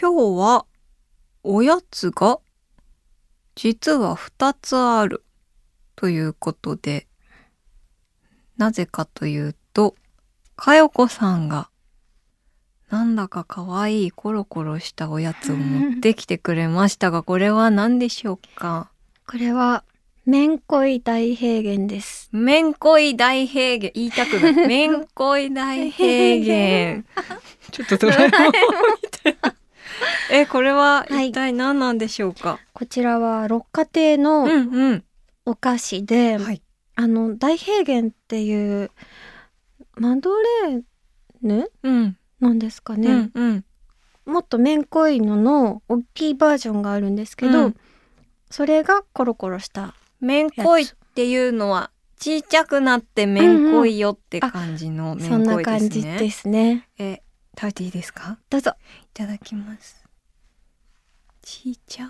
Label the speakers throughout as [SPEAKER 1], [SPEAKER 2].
[SPEAKER 1] 今日はおやつが実は2つあるということでなぜかというとかよこさんがなんだかかわいいコロコロしたおやつを持ってきてくれましたがこれは何でしょうか
[SPEAKER 2] これは、めんこい大平原です。
[SPEAKER 1] めんこい大平原言いたく ないめんこい大平原ちょっとドラえもんみたいな えこれは一体何なんでしょうか、
[SPEAKER 2] こちらは六花亭の
[SPEAKER 1] うんうん
[SPEAKER 2] お菓子で、
[SPEAKER 1] はい
[SPEAKER 2] あの、大平原っていう、マドレーヌ
[SPEAKER 1] うん
[SPEAKER 2] なんですか
[SPEAKER 1] う
[SPEAKER 2] ね。
[SPEAKER 1] んうん
[SPEAKER 2] もっとめんこいのの大きいバージョンがあるんですけど、
[SPEAKER 1] うん
[SPEAKER 2] それがコロコロした。
[SPEAKER 1] めんこいっていうのはちっちゃくなってめんこいよって感じのめ
[SPEAKER 2] そん
[SPEAKER 1] んこ
[SPEAKER 2] な
[SPEAKER 1] で
[SPEAKER 2] い
[SPEAKER 1] すね
[SPEAKER 2] 感じですね。
[SPEAKER 1] え食べていいですか
[SPEAKER 2] どうぞ。
[SPEAKER 1] いただきますちっちゃ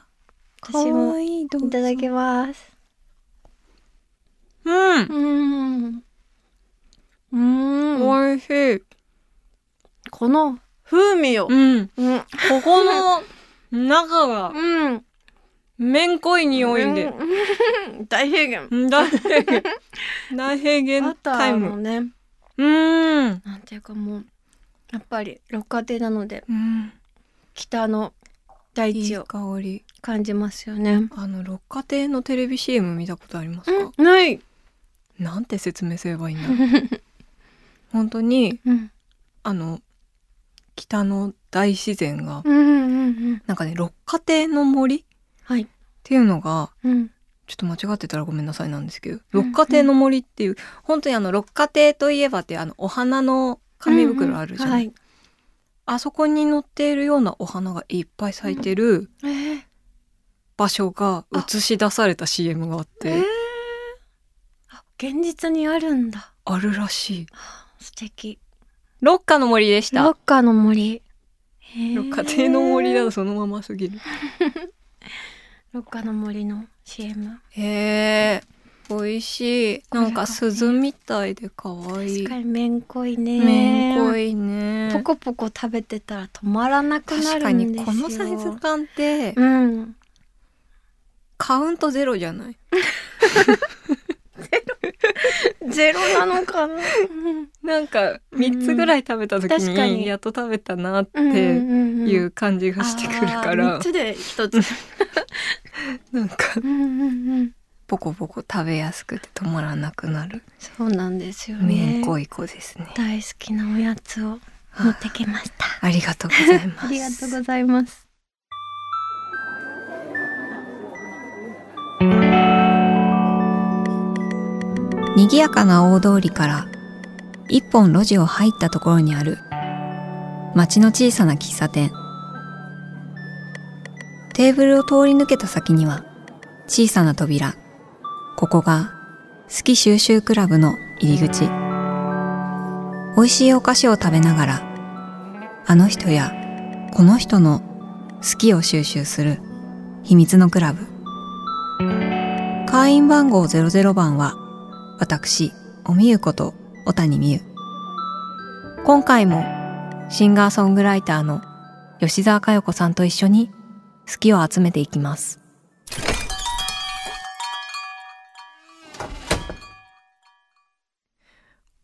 [SPEAKER 1] か
[SPEAKER 2] 私も
[SPEAKER 1] わいいどうぞ
[SPEAKER 2] いただきます。
[SPEAKER 1] うん
[SPEAKER 2] うん。う
[SPEAKER 1] お
[SPEAKER 2] ん。
[SPEAKER 1] いしい
[SPEAKER 2] この風味を。
[SPEAKER 1] うんこ
[SPEAKER 2] うん。
[SPEAKER 1] この中が
[SPEAKER 2] うん。
[SPEAKER 1] めんこい匂いで
[SPEAKER 2] うん。 大平原。
[SPEAKER 1] 大平原大平
[SPEAKER 2] バ
[SPEAKER 1] 原
[SPEAKER 2] タ
[SPEAKER 1] タイ
[SPEAKER 2] ーも
[SPEAKER 1] ム
[SPEAKER 2] ね、
[SPEAKER 1] うん
[SPEAKER 2] なんていうかもう、やっぱり六花亭なので、
[SPEAKER 1] うん
[SPEAKER 2] 北の大
[SPEAKER 1] いい
[SPEAKER 2] 地を
[SPEAKER 1] 香り
[SPEAKER 2] 感じますよね。
[SPEAKER 1] あの六花亭のテレビ CM 見たことありますか
[SPEAKER 2] うん、ない。
[SPEAKER 1] なんて説明すればいいんだろ う本当に
[SPEAKER 2] うん。
[SPEAKER 1] あの北の大自然が
[SPEAKER 2] うんうんうん。
[SPEAKER 1] なんかね六花亭の森っ
[SPEAKER 2] はい。
[SPEAKER 1] ていうのが
[SPEAKER 2] うん。
[SPEAKER 1] ちょっと間違ってたらごめんなさいなんですけど六花亭の森っていう本当にあの六花亭といえばっていうあのお花の紙袋あるじゃない、
[SPEAKER 2] はい。
[SPEAKER 1] あそこに載っているようなお花がいっぱい咲いてる
[SPEAKER 2] えー、
[SPEAKER 1] 場所が映し出された CM があって
[SPEAKER 2] えーあ、現実にあるんだ。
[SPEAKER 1] あるらしい
[SPEAKER 2] 素敵。
[SPEAKER 1] 六花の森でした
[SPEAKER 2] ロッカーの森。へー
[SPEAKER 1] 六花亭の森だと。そのまますぎる
[SPEAKER 2] ロッカーの森の CM。
[SPEAKER 1] へえ、美味しい。なんか鈴みたいで可愛
[SPEAKER 2] 確
[SPEAKER 1] い。
[SPEAKER 2] かにめんこいね。
[SPEAKER 1] めんこいね。
[SPEAKER 2] ポコポコ食べてたら止まらなくな
[SPEAKER 1] 確
[SPEAKER 2] る
[SPEAKER 1] か
[SPEAKER 2] ん
[SPEAKER 1] に
[SPEAKER 2] ですよ。
[SPEAKER 1] このサイズ感って
[SPEAKER 2] うん。
[SPEAKER 1] カウントゼロじゃない。
[SPEAKER 2] ゼロなのかな。
[SPEAKER 1] なんか三つぐらい食べた時
[SPEAKER 2] 確か
[SPEAKER 1] に
[SPEAKER 2] に
[SPEAKER 1] やっと食べたなって
[SPEAKER 2] うん
[SPEAKER 1] い
[SPEAKER 2] うんうん
[SPEAKER 1] う感じがしてくるか
[SPEAKER 2] あー
[SPEAKER 1] ら
[SPEAKER 2] 三、つで一つ。
[SPEAKER 1] なんか
[SPEAKER 2] うんうんうん。
[SPEAKER 1] ポコポコ食べやすくて止まらなくなる
[SPEAKER 2] そうなんですよね。
[SPEAKER 1] めんこい子ですね。
[SPEAKER 2] 大好きなおやつを持ってきました。
[SPEAKER 1] ありがとうございます。
[SPEAKER 2] ありがとうございます。
[SPEAKER 1] 賑やかな大通りから一本路地を入ったところにある町の小さな喫茶店テーブルを通り抜けた先には小さな扉ここが好き収集クラブの入り口美味しいお菓子を食べながらあの人やこの人の好きを収集する秘密のクラブ会員番号00番は私、おみゆこと、小谷みゆ。今回も、シンガーソングライターの吉沢佳代子さんと一緒に、好きを集めていきます。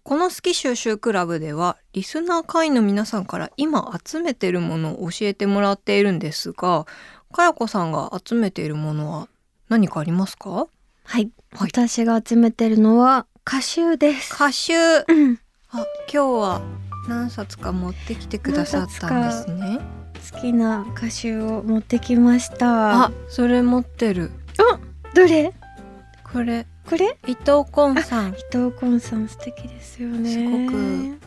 [SPEAKER 1] この好き収集クラブでは、リスナー会員の皆さんから今集めているものを教えてもらっているんですが、佳代子さんが集めているものは何かありますか
[SPEAKER 2] はい。
[SPEAKER 1] はい
[SPEAKER 2] 私が集めてるのは歌集です。
[SPEAKER 1] 歌集
[SPEAKER 2] うん
[SPEAKER 1] あ、今日は何冊か持ってきてくださったんですね。
[SPEAKER 2] 好きな歌集を持ってきました。
[SPEAKER 1] あ、それ持ってる。
[SPEAKER 2] どれ？
[SPEAKER 1] これ
[SPEAKER 2] これ？
[SPEAKER 1] 伊藤紺さん。
[SPEAKER 2] 伊藤紺さん素敵ですよね。
[SPEAKER 1] すごく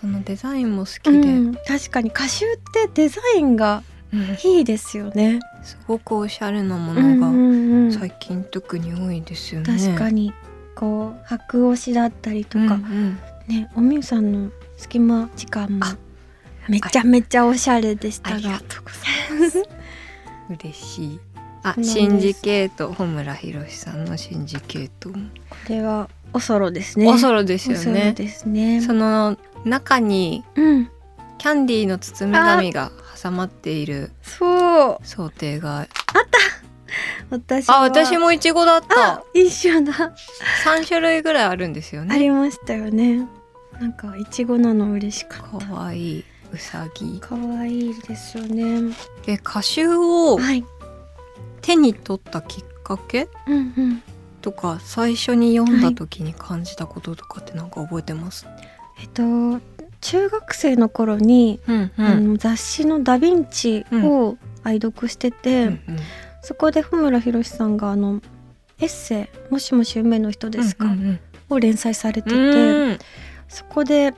[SPEAKER 1] そのデザインも好き
[SPEAKER 2] う
[SPEAKER 1] で、
[SPEAKER 2] ん、確かに歌集ってデザインが
[SPEAKER 1] うん
[SPEAKER 2] いいですよね。
[SPEAKER 1] すごくおしゃれなも
[SPEAKER 2] うんう
[SPEAKER 1] のが
[SPEAKER 2] んうん、
[SPEAKER 1] 最近特に多いですよね。
[SPEAKER 2] 確か
[SPEAKER 1] に
[SPEAKER 2] にこう白押しだったりとか、ねおみゆさんの隙間時間も
[SPEAKER 1] あ
[SPEAKER 2] めちゃめちゃおしゃれでした
[SPEAKER 1] あ
[SPEAKER 2] が
[SPEAKER 1] りがとうございます。嬉しい。あ、
[SPEAKER 2] そうなんです
[SPEAKER 1] シンジケート、穂村弘さんのシンジケートも。
[SPEAKER 2] これはおそろですね。
[SPEAKER 1] おそろですよ
[SPEAKER 2] おそろ
[SPEAKER 1] ね。
[SPEAKER 2] ですね
[SPEAKER 1] その中に
[SPEAKER 2] うん
[SPEAKER 1] キャンディーの包み紙が挟まっている
[SPEAKER 2] そう
[SPEAKER 1] 想定が
[SPEAKER 2] 私は
[SPEAKER 1] あ私もいちごだった
[SPEAKER 2] あ一緒だ
[SPEAKER 1] 3種類ぐらいあるんですよ
[SPEAKER 2] あ
[SPEAKER 1] ね
[SPEAKER 2] りましたよねなんかいちごなの嬉しか
[SPEAKER 1] か
[SPEAKER 2] っ
[SPEAKER 1] わいいうさぎ
[SPEAKER 2] たかわいいですよね
[SPEAKER 1] で歌集を
[SPEAKER 2] はい
[SPEAKER 1] 手に取ったきっかけ
[SPEAKER 2] うんうん
[SPEAKER 1] とか最初に読んだ時に感じたこととかってなんか覚えてます、
[SPEAKER 2] えっと中学生の頃に、
[SPEAKER 1] うんう
[SPEAKER 2] あ
[SPEAKER 1] ん
[SPEAKER 2] の雑誌の「ダ・ヴィンチ」を愛読してて、
[SPEAKER 1] うんうん
[SPEAKER 2] そこで穂村弘さんがあのエッセイ「もしもし夢の人ですか」
[SPEAKER 1] うんうん
[SPEAKER 2] を連載されてて、
[SPEAKER 1] うんうん
[SPEAKER 2] そこで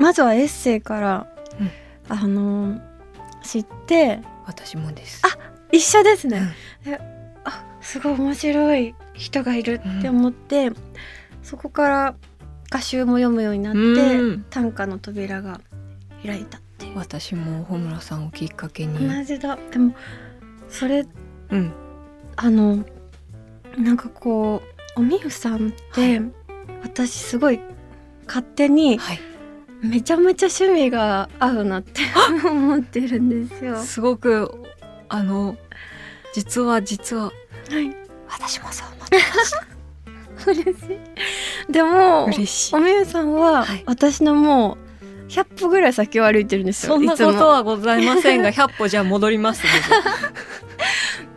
[SPEAKER 2] まずはエッセイから、
[SPEAKER 1] うん
[SPEAKER 2] あの知って
[SPEAKER 1] 私もです
[SPEAKER 2] あ一緒ですね、えあすごい面白い人がいるって思って、そこから歌集も読むようになって、
[SPEAKER 1] うん
[SPEAKER 2] 短歌の扉が開いたっていう、
[SPEAKER 1] 私も穂村さんをきっかけに、
[SPEAKER 2] 同じだでもそれ
[SPEAKER 1] うん、
[SPEAKER 2] あのなんかこうおみゆさんって、私すごい勝手に
[SPEAKER 1] はい
[SPEAKER 2] めちゃめちゃ趣味が合うなって思ってるんですよ。は、
[SPEAKER 1] すごくあの実は実はい私もそう思ってまし
[SPEAKER 2] 嬉しい。でも
[SPEAKER 1] た嬉しい
[SPEAKER 2] おみゆさんは、
[SPEAKER 1] はい
[SPEAKER 2] 私のもう100歩ぐらい先を歩いてるんですよ。
[SPEAKER 1] そんない
[SPEAKER 2] つ
[SPEAKER 1] こ
[SPEAKER 2] も
[SPEAKER 1] とはございませんが100歩じゃあ戻りますね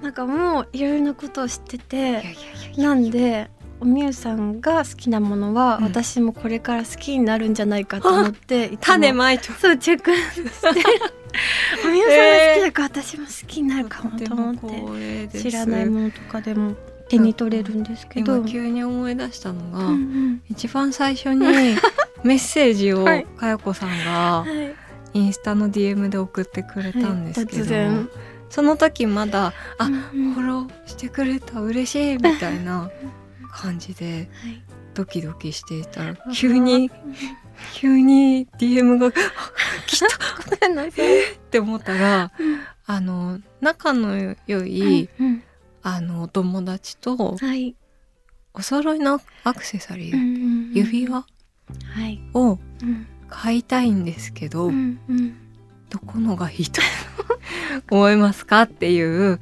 [SPEAKER 2] なんかもういろいろなことを知って
[SPEAKER 1] いや
[SPEAKER 2] て
[SPEAKER 1] いやいやいや
[SPEAKER 2] なんでおみゆさんが好きなものは、
[SPEAKER 1] うん
[SPEAKER 2] 私もこれから好きになるんじゃないかと思ってい つも
[SPEAKER 1] 種まいと
[SPEAKER 2] そうチェッ クしておみゆさんが好きだから、私も好きになるかもと思っ
[SPEAKER 1] 光栄
[SPEAKER 2] て
[SPEAKER 1] です
[SPEAKER 2] 知らないものとかでも手に取れるんですけど、
[SPEAKER 1] 今急に思い出したのが、
[SPEAKER 2] うんうん
[SPEAKER 1] 一番最初 にメッセージを
[SPEAKER 2] はい
[SPEAKER 1] かよこさんが
[SPEAKER 2] はい
[SPEAKER 1] インスタの DM で送ってくれたんですけ
[SPEAKER 2] 突
[SPEAKER 1] ど、
[SPEAKER 2] 然
[SPEAKER 1] その時まだあ
[SPEAKER 2] うんうん
[SPEAKER 1] フォローしてくれた嬉しいみたい な感じで
[SPEAKER 2] はい
[SPEAKER 1] ドキドキしていたら急に急に DM が 来たっ
[SPEAKER 2] ごめんなさい
[SPEAKER 1] て思ったらあの仲の良い、
[SPEAKER 2] うん
[SPEAKER 1] あのお友達と
[SPEAKER 2] うんはい
[SPEAKER 1] お揃いのアクセサリー、
[SPEAKER 2] うんうんうん
[SPEAKER 1] 指輪
[SPEAKER 2] はい
[SPEAKER 1] を
[SPEAKER 2] うん
[SPEAKER 1] 買いたいんですけど、
[SPEAKER 2] うんうん
[SPEAKER 1] どこのがいいと思いますかっていう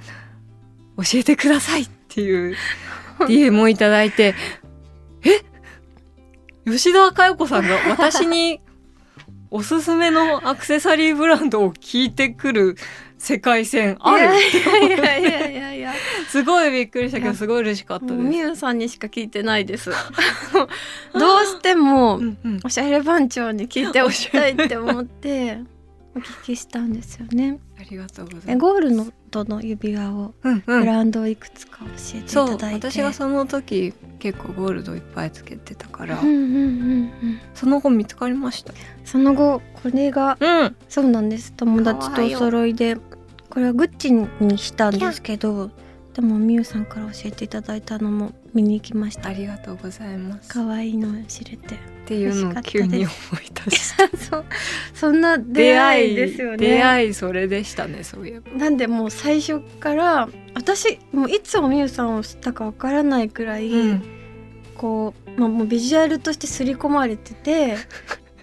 [SPEAKER 1] 教えてくださいっていう DM をいただいてえ吉田佳代子さんが私におすすめのアクセサリーブランドを聞いてくる世界線あ
[SPEAKER 2] い
[SPEAKER 1] る
[SPEAKER 2] やいやいやいやいや
[SPEAKER 1] すごいびっくりしたけ
[SPEAKER 2] い
[SPEAKER 1] ど
[SPEAKER 2] や
[SPEAKER 1] すごい嬉しかった
[SPEAKER 2] も
[SPEAKER 1] で
[SPEAKER 2] う
[SPEAKER 1] す。
[SPEAKER 2] みゆさんにしか聞いてないですどうしても
[SPEAKER 1] うんうん
[SPEAKER 2] おしゃれ番長に聞いておきたいって思ってお聞きしたんですよね。
[SPEAKER 1] ありがとうござい
[SPEAKER 2] え
[SPEAKER 1] ます。
[SPEAKER 2] ゴールのとの指輪を
[SPEAKER 1] うんう
[SPEAKER 2] ブ
[SPEAKER 1] ん、
[SPEAKER 2] ランドをいくつか教えてい
[SPEAKER 1] そ
[SPEAKER 2] た
[SPEAKER 1] う
[SPEAKER 2] だいて、
[SPEAKER 1] 私がその時結構ゴールドいっぱいつけてたから、
[SPEAKER 2] うんうんうんうん。
[SPEAKER 1] その後見つかりました。
[SPEAKER 2] その後これが
[SPEAKER 1] うん
[SPEAKER 2] そうなんです友達とお揃いでこれはグッチにしたんですけどでもみゆさんから教えていただいたのも見に行きました
[SPEAKER 1] あ。りがとうございます。っ
[SPEAKER 2] 可愛いのを知れて
[SPEAKER 1] ていうのを急に思い出 した。
[SPEAKER 2] そうそんな出会いですよね。
[SPEAKER 1] 出会いそれでしたね。そういえば。
[SPEAKER 2] なんでもう最初から私もういつおみゆさんを知ったかわからないくらい、
[SPEAKER 1] うん、
[SPEAKER 2] こう,、まあ、もうビジュアルとして刷り込まれてて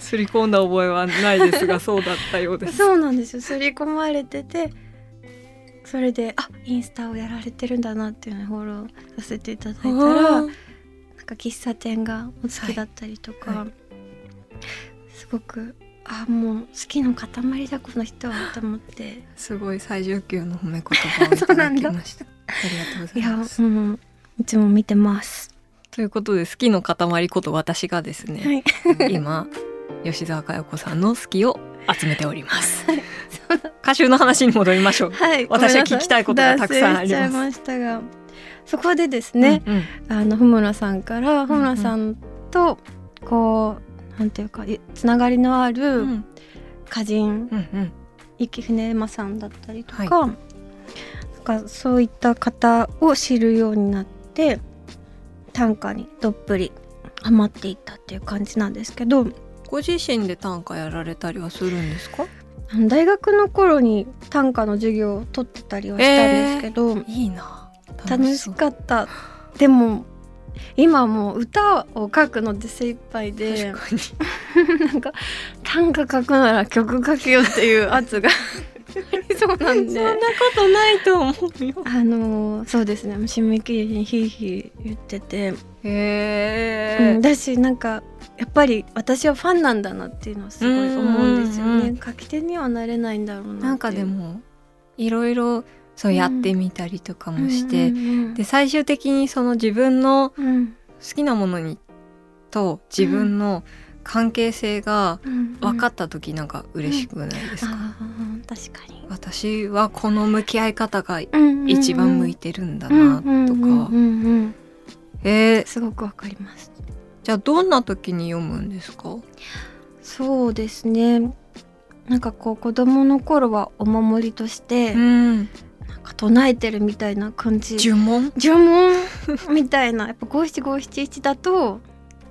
[SPEAKER 1] すり込んだ覚えはないですが、そうだったようです。
[SPEAKER 2] そうなんですよ刷り込まれててそれであインスタをやられてるんだなっていうのをフォローさせていただいたらな
[SPEAKER 1] あ
[SPEAKER 2] ん
[SPEAKER 1] ー
[SPEAKER 2] か喫茶店がお好きだったりとか、
[SPEAKER 1] はいは
[SPEAKER 2] すごくあもう好きの塊だこの人はと思って。
[SPEAKER 1] すごい最上級の褒め言葉 をいただきました。ありがとうご
[SPEAKER 2] い
[SPEAKER 1] ざい
[SPEAKER 2] や、
[SPEAKER 1] ま
[SPEAKER 2] う
[SPEAKER 1] す。
[SPEAKER 2] ん、いつも見てます。
[SPEAKER 1] ということで、好きの塊こと私がですね、
[SPEAKER 2] い、
[SPEAKER 1] 今吉沢佳代子さんの好きを集めております。歌手の話に戻りましょう。
[SPEAKER 2] はい、
[SPEAKER 1] 私は聞きたいことがたくさんあります
[SPEAKER 2] ごめんなさい脱線しちゃいましたが、そこでですね、
[SPEAKER 1] うんうん
[SPEAKER 2] あの穂村さんから
[SPEAKER 1] うん
[SPEAKER 2] 穂村さんとこうなんていうかいつながりのあ
[SPEAKER 1] う
[SPEAKER 2] る
[SPEAKER 1] ん
[SPEAKER 2] 歌人
[SPEAKER 1] うんうん
[SPEAKER 2] 池船馬さんだったりとか、なんかそういった方を知るようになって短歌にどっぷりハマっていったっていう感じなんですけど、
[SPEAKER 1] ご自身で短歌やられたりはするんですか
[SPEAKER 2] あの大学の頃に短歌の授業を取ってたりはしたんですけど。
[SPEAKER 1] いいな
[SPEAKER 2] 楽しかったでも今もう歌を書くので精一杯
[SPEAKER 1] で
[SPEAKER 2] で
[SPEAKER 1] 確かに
[SPEAKER 2] なんか短歌書くなら曲書けよっていう圧がありそうなんで
[SPEAKER 3] ことないと思うよ。
[SPEAKER 2] あのーそうですね締め切りにひいひい言ってて、
[SPEAKER 3] へ
[SPEAKER 2] う
[SPEAKER 3] え、
[SPEAKER 2] んだしなんかやっぱり私はファンなんだなっていうのはすごい思うんですよね、
[SPEAKER 3] うんうんう
[SPEAKER 2] 書き手にはなれないんだろうなっていう
[SPEAKER 1] なんかでもいろいろそうやってみたりとかもして、
[SPEAKER 2] うんうんうん
[SPEAKER 1] で最終的にその自分の
[SPEAKER 2] うん
[SPEAKER 1] 好きなものにと自分の関係性が
[SPEAKER 2] うん
[SPEAKER 1] 分か
[SPEAKER 2] っ
[SPEAKER 1] った時なんか嬉しくないですか、
[SPEAKER 2] あー確かに
[SPEAKER 1] 私はこの向き合い方が
[SPEAKER 2] うんうんうん
[SPEAKER 1] 一番向いてるんだなとか、
[SPEAKER 2] うんうんうんうん
[SPEAKER 1] えー
[SPEAKER 2] すごくわかります
[SPEAKER 1] じゃあどんな時に読むんですか
[SPEAKER 2] そうですねなんかこう子供の頃はお守りとして
[SPEAKER 1] うん
[SPEAKER 2] なんか唱えてるみたいな感じ
[SPEAKER 1] 呪文
[SPEAKER 2] 呪文みたいなやっぱ五七五七一だと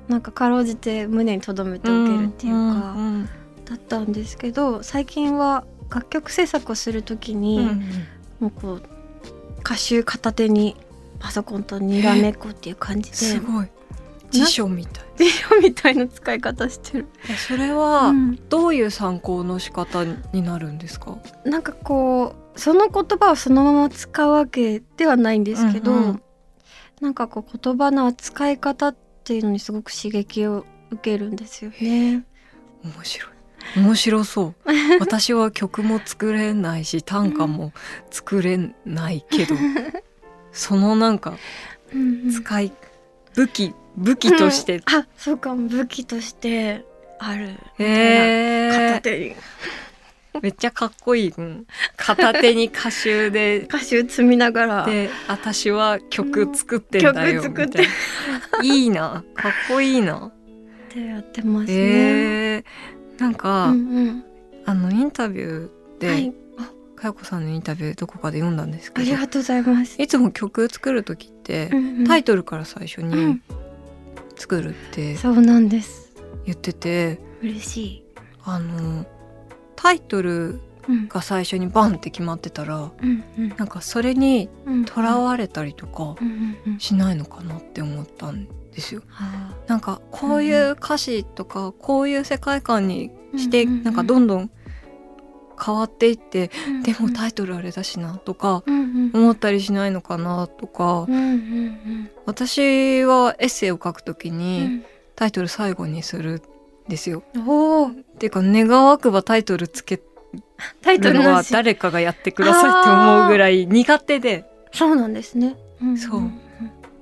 [SPEAKER 2] なんかかろうじて胸に留めておけるっていうか、
[SPEAKER 1] んん
[SPEAKER 2] だったんですけど最近は楽曲制作をするときに、
[SPEAKER 1] うん
[SPEAKER 2] もうこう歌集片手にパソコンとにらめっこっていう感じ
[SPEAKER 1] す
[SPEAKER 2] で
[SPEAKER 1] ごい辞書みたい
[SPEAKER 2] 辞書みたいな使い方してる。
[SPEAKER 1] えそれは
[SPEAKER 2] うん
[SPEAKER 1] どういう参考の仕方になるんですか、
[SPEAKER 2] なんかこうその言葉をそのまま使うわけではないんですけど、
[SPEAKER 1] うんうん
[SPEAKER 2] なんかこう言葉の扱い方っていうのにすごく刺激を受けるんですよね。
[SPEAKER 1] 面白い面白 そう私は曲も作れないし短歌も作れないけ どそのなんか使い武器武器として、
[SPEAKER 2] うんあそうかも武器としてあるみたいな片
[SPEAKER 1] え
[SPEAKER 2] 手に
[SPEAKER 1] ー、めっちゃかっこいい、うん片手に歌集 で
[SPEAKER 2] 歌集積みながら
[SPEAKER 1] で私は曲作ってんだよ
[SPEAKER 2] うん
[SPEAKER 1] み
[SPEAKER 2] 曲
[SPEAKER 1] た
[SPEAKER 2] 作
[SPEAKER 1] い
[SPEAKER 2] って
[SPEAKER 1] ないいなかっこいいな、
[SPEAKER 2] ってやってますね。
[SPEAKER 1] えー、なん
[SPEAKER 2] う
[SPEAKER 1] か、
[SPEAKER 2] んうん
[SPEAKER 1] あのインタビューで、
[SPEAKER 2] はい、
[SPEAKER 1] かよこさんのインタビューどこかで読んだんです
[SPEAKER 2] あ
[SPEAKER 1] け
[SPEAKER 2] り
[SPEAKER 1] ど
[SPEAKER 2] がとうございます。
[SPEAKER 1] いつも曲作る時って、
[SPEAKER 2] うんうん
[SPEAKER 1] タイトルから最初
[SPEAKER 2] う
[SPEAKER 1] に
[SPEAKER 2] ん
[SPEAKER 1] 作るって
[SPEAKER 2] そうなんです。
[SPEAKER 1] 言ってて、
[SPEAKER 2] 嬉しい。
[SPEAKER 1] あのタイトル
[SPEAKER 2] うん
[SPEAKER 1] が最初にバンって決まってたら
[SPEAKER 2] うんうん
[SPEAKER 1] なんかそれに
[SPEAKER 2] うん
[SPEAKER 1] とらわれたりとか
[SPEAKER 2] うんうんうん
[SPEAKER 1] しないのかなって思ったんですよ。
[SPEAKER 2] あ
[SPEAKER 1] なんかこういう歌詞とかこういう世界観にして
[SPEAKER 2] うんうんうん
[SPEAKER 1] なんかどんどん変わっていって
[SPEAKER 2] ーうん
[SPEAKER 1] でも
[SPEAKER 2] イ
[SPEAKER 1] タイトルあれだしなとか
[SPEAKER 2] うんうん
[SPEAKER 1] 思ったりしないのかなとか
[SPEAKER 2] うんうん
[SPEAKER 1] 私はエッセイを書くとき
[SPEAKER 2] う
[SPEAKER 1] に
[SPEAKER 2] ん
[SPEAKER 1] タイトル最後にするんですよ。
[SPEAKER 2] うんおー
[SPEAKER 1] っていうか願わくばタイトルつけ
[SPEAKER 2] タイト
[SPEAKER 1] る
[SPEAKER 2] ル
[SPEAKER 1] の
[SPEAKER 2] な
[SPEAKER 1] は
[SPEAKER 2] し
[SPEAKER 1] 誰かがやってくださいって思うぐらい苦手で
[SPEAKER 2] そうなんですね。んん
[SPEAKER 1] そう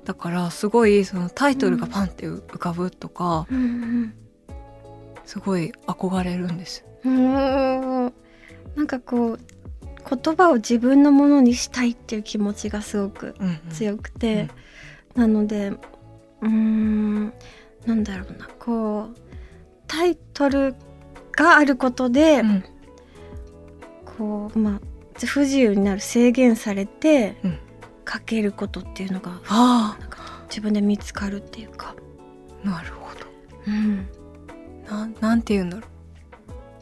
[SPEAKER 1] だからすごいそのタイトルがパンって浮かぶとか
[SPEAKER 2] うんうん
[SPEAKER 1] すごい憧れるんです。
[SPEAKER 2] うーんなんかこう言葉を自分のものにしたいっていう気持ちがすごく
[SPEAKER 1] うんうん
[SPEAKER 2] 強くて、なのでうーんなんだろうなこうタイトルがあることで、
[SPEAKER 1] うん
[SPEAKER 2] こうまあ不自由になる制限されて、
[SPEAKER 1] うん
[SPEAKER 2] 書けることっていうのが
[SPEAKER 1] あ
[SPEAKER 2] 自分で見つかるっていうか、
[SPEAKER 1] あなるほど。
[SPEAKER 2] うん、
[SPEAKER 1] なんなんて言うんだろう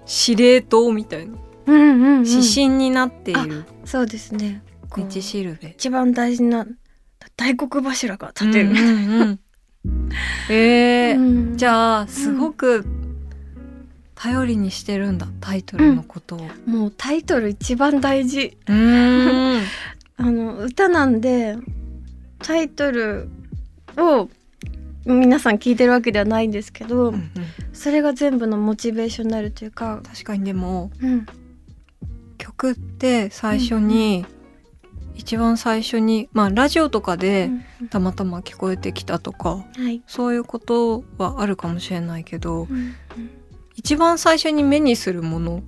[SPEAKER 1] 司令塔みたいな
[SPEAKER 2] うんうんうん
[SPEAKER 1] 指針になっている
[SPEAKER 2] そうですねこう
[SPEAKER 1] 道しるべ。
[SPEAKER 2] 一番大事な大黒柱が立てる、
[SPEAKER 1] うんうん うんえー
[SPEAKER 2] うん
[SPEAKER 1] じゃあすごく頼りにしてるんだタイトルのことを。
[SPEAKER 2] もうタイトル一番大事
[SPEAKER 1] う ーん
[SPEAKER 2] あの歌なんでタイトルを皆さん聞いてるわけではないんですけど、
[SPEAKER 1] うんうん
[SPEAKER 2] それが全部のモチベーションになるというか、
[SPEAKER 1] 確かにでも
[SPEAKER 2] うん、
[SPEAKER 1] 曲って最初に、一番最初にまあラジオとかで
[SPEAKER 2] うんうん
[SPEAKER 1] たまたま聞こえてきたとか
[SPEAKER 2] はい、
[SPEAKER 1] そういうことはあるかもしれないけど
[SPEAKER 2] うんうん
[SPEAKER 1] 一番最初に目にするもの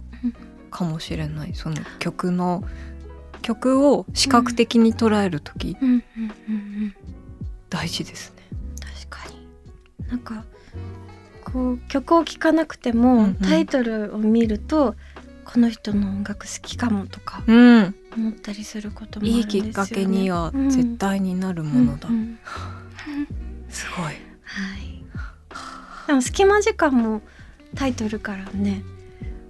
[SPEAKER 1] かもしれないその曲の曲を視覚的に捉える時、
[SPEAKER 2] うんうんうんうん
[SPEAKER 1] 大事ですね。
[SPEAKER 2] 確かになんかこう曲を聴かなくても、
[SPEAKER 1] うんうん
[SPEAKER 2] タイトルを見るとこの人の音楽好きかもとか
[SPEAKER 1] うん、
[SPEAKER 2] 思ったりすることもあるん
[SPEAKER 1] いい
[SPEAKER 2] です
[SPEAKER 1] き
[SPEAKER 2] よ、ね、
[SPEAKER 1] っかけには絶対になるものだ。
[SPEAKER 2] うんうん
[SPEAKER 1] すごい。
[SPEAKER 2] はいでも隙間時間もタイトルからね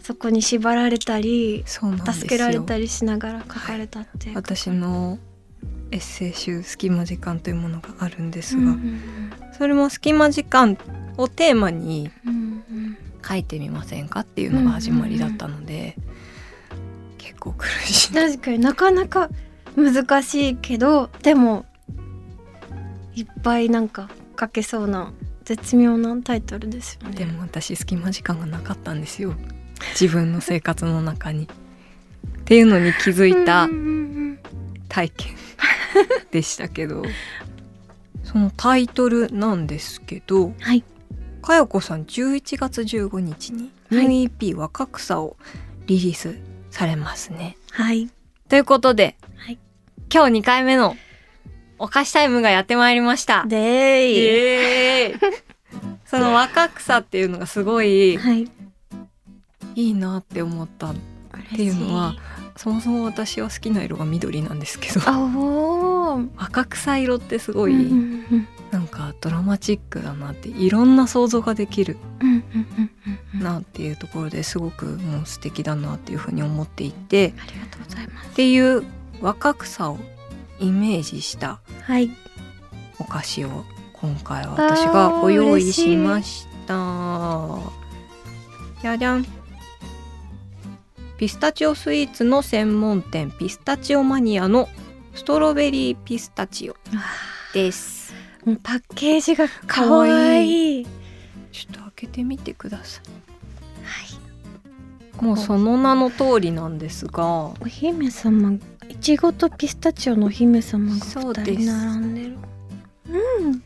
[SPEAKER 2] そこに縛られたり
[SPEAKER 1] そうなんですよ。
[SPEAKER 2] 助けられたりしながら書かれたっていうか
[SPEAKER 1] 私のエッセイ集「隙間時間」というものがあるんです
[SPEAKER 2] うん
[SPEAKER 1] が、それも隙間時間をテーマに
[SPEAKER 2] うんうん
[SPEAKER 1] 書いてみませんかっていうのが始まりだったので、結構苦しい
[SPEAKER 2] 確かになかなか難しいけどでもいっぱいなんか書けそうな絶妙なタイトルですよね
[SPEAKER 1] でも私隙間時間がなかったんですよ自分の生活の中に。っていうのに気づいた
[SPEAKER 2] うんうんうん
[SPEAKER 1] 体験でしたけどそのタイトルなんですけど
[SPEAKER 2] はい
[SPEAKER 1] かよこさん11月15日に
[SPEAKER 2] はい
[SPEAKER 1] UEP 若草をリリースされますね。
[SPEAKER 2] はい
[SPEAKER 1] ということで、
[SPEAKER 2] はい
[SPEAKER 1] 今日2回目のお菓子タイムがやってまいりました。
[SPEAKER 2] で
[SPEAKER 1] イ
[SPEAKER 2] ーい
[SPEAKER 1] エ ーイその若草っていうのがすごい
[SPEAKER 2] はい
[SPEAKER 1] いいなって思ったっていうのはそもそも私は好きな色が緑なんですけど
[SPEAKER 2] あおー
[SPEAKER 1] 若草色ってすご
[SPEAKER 2] う
[SPEAKER 1] い、
[SPEAKER 2] んうんうん
[SPEAKER 1] なんかドラマチックだなっていろんな想像ができる
[SPEAKER 2] うんうんうんうんうんあ
[SPEAKER 1] なっていうところですごくもう素敵だなっていうふうに思っていて
[SPEAKER 2] りがとうございます
[SPEAKER 1] っていう若草をイメージした
[SPEAKER 2] はい
[SPEAKER 1] お菓子を今回は私がご用意しましたじゃじゃんピスタチオスイーツの専門店ピスタチオマニアのストロベリーピスタチオです
[SPEAKER 2] もうパッケージがかわいい
[SPEAKER 1] ちょっと開けてみてくださ
[SPEAKER 2] は
[SPEAKER 1] い
[SPEAKER 2] い
[SPEAKER 1] もうその名の通りなんですが
[SPEAKER 2] お姫様いちごとピスタチオのお姫様が
[SPEAKER 1] そう
[SPEAKER 2] 2
[SPEAKER 1] です
[SPEAKER 2] 人並んでるうん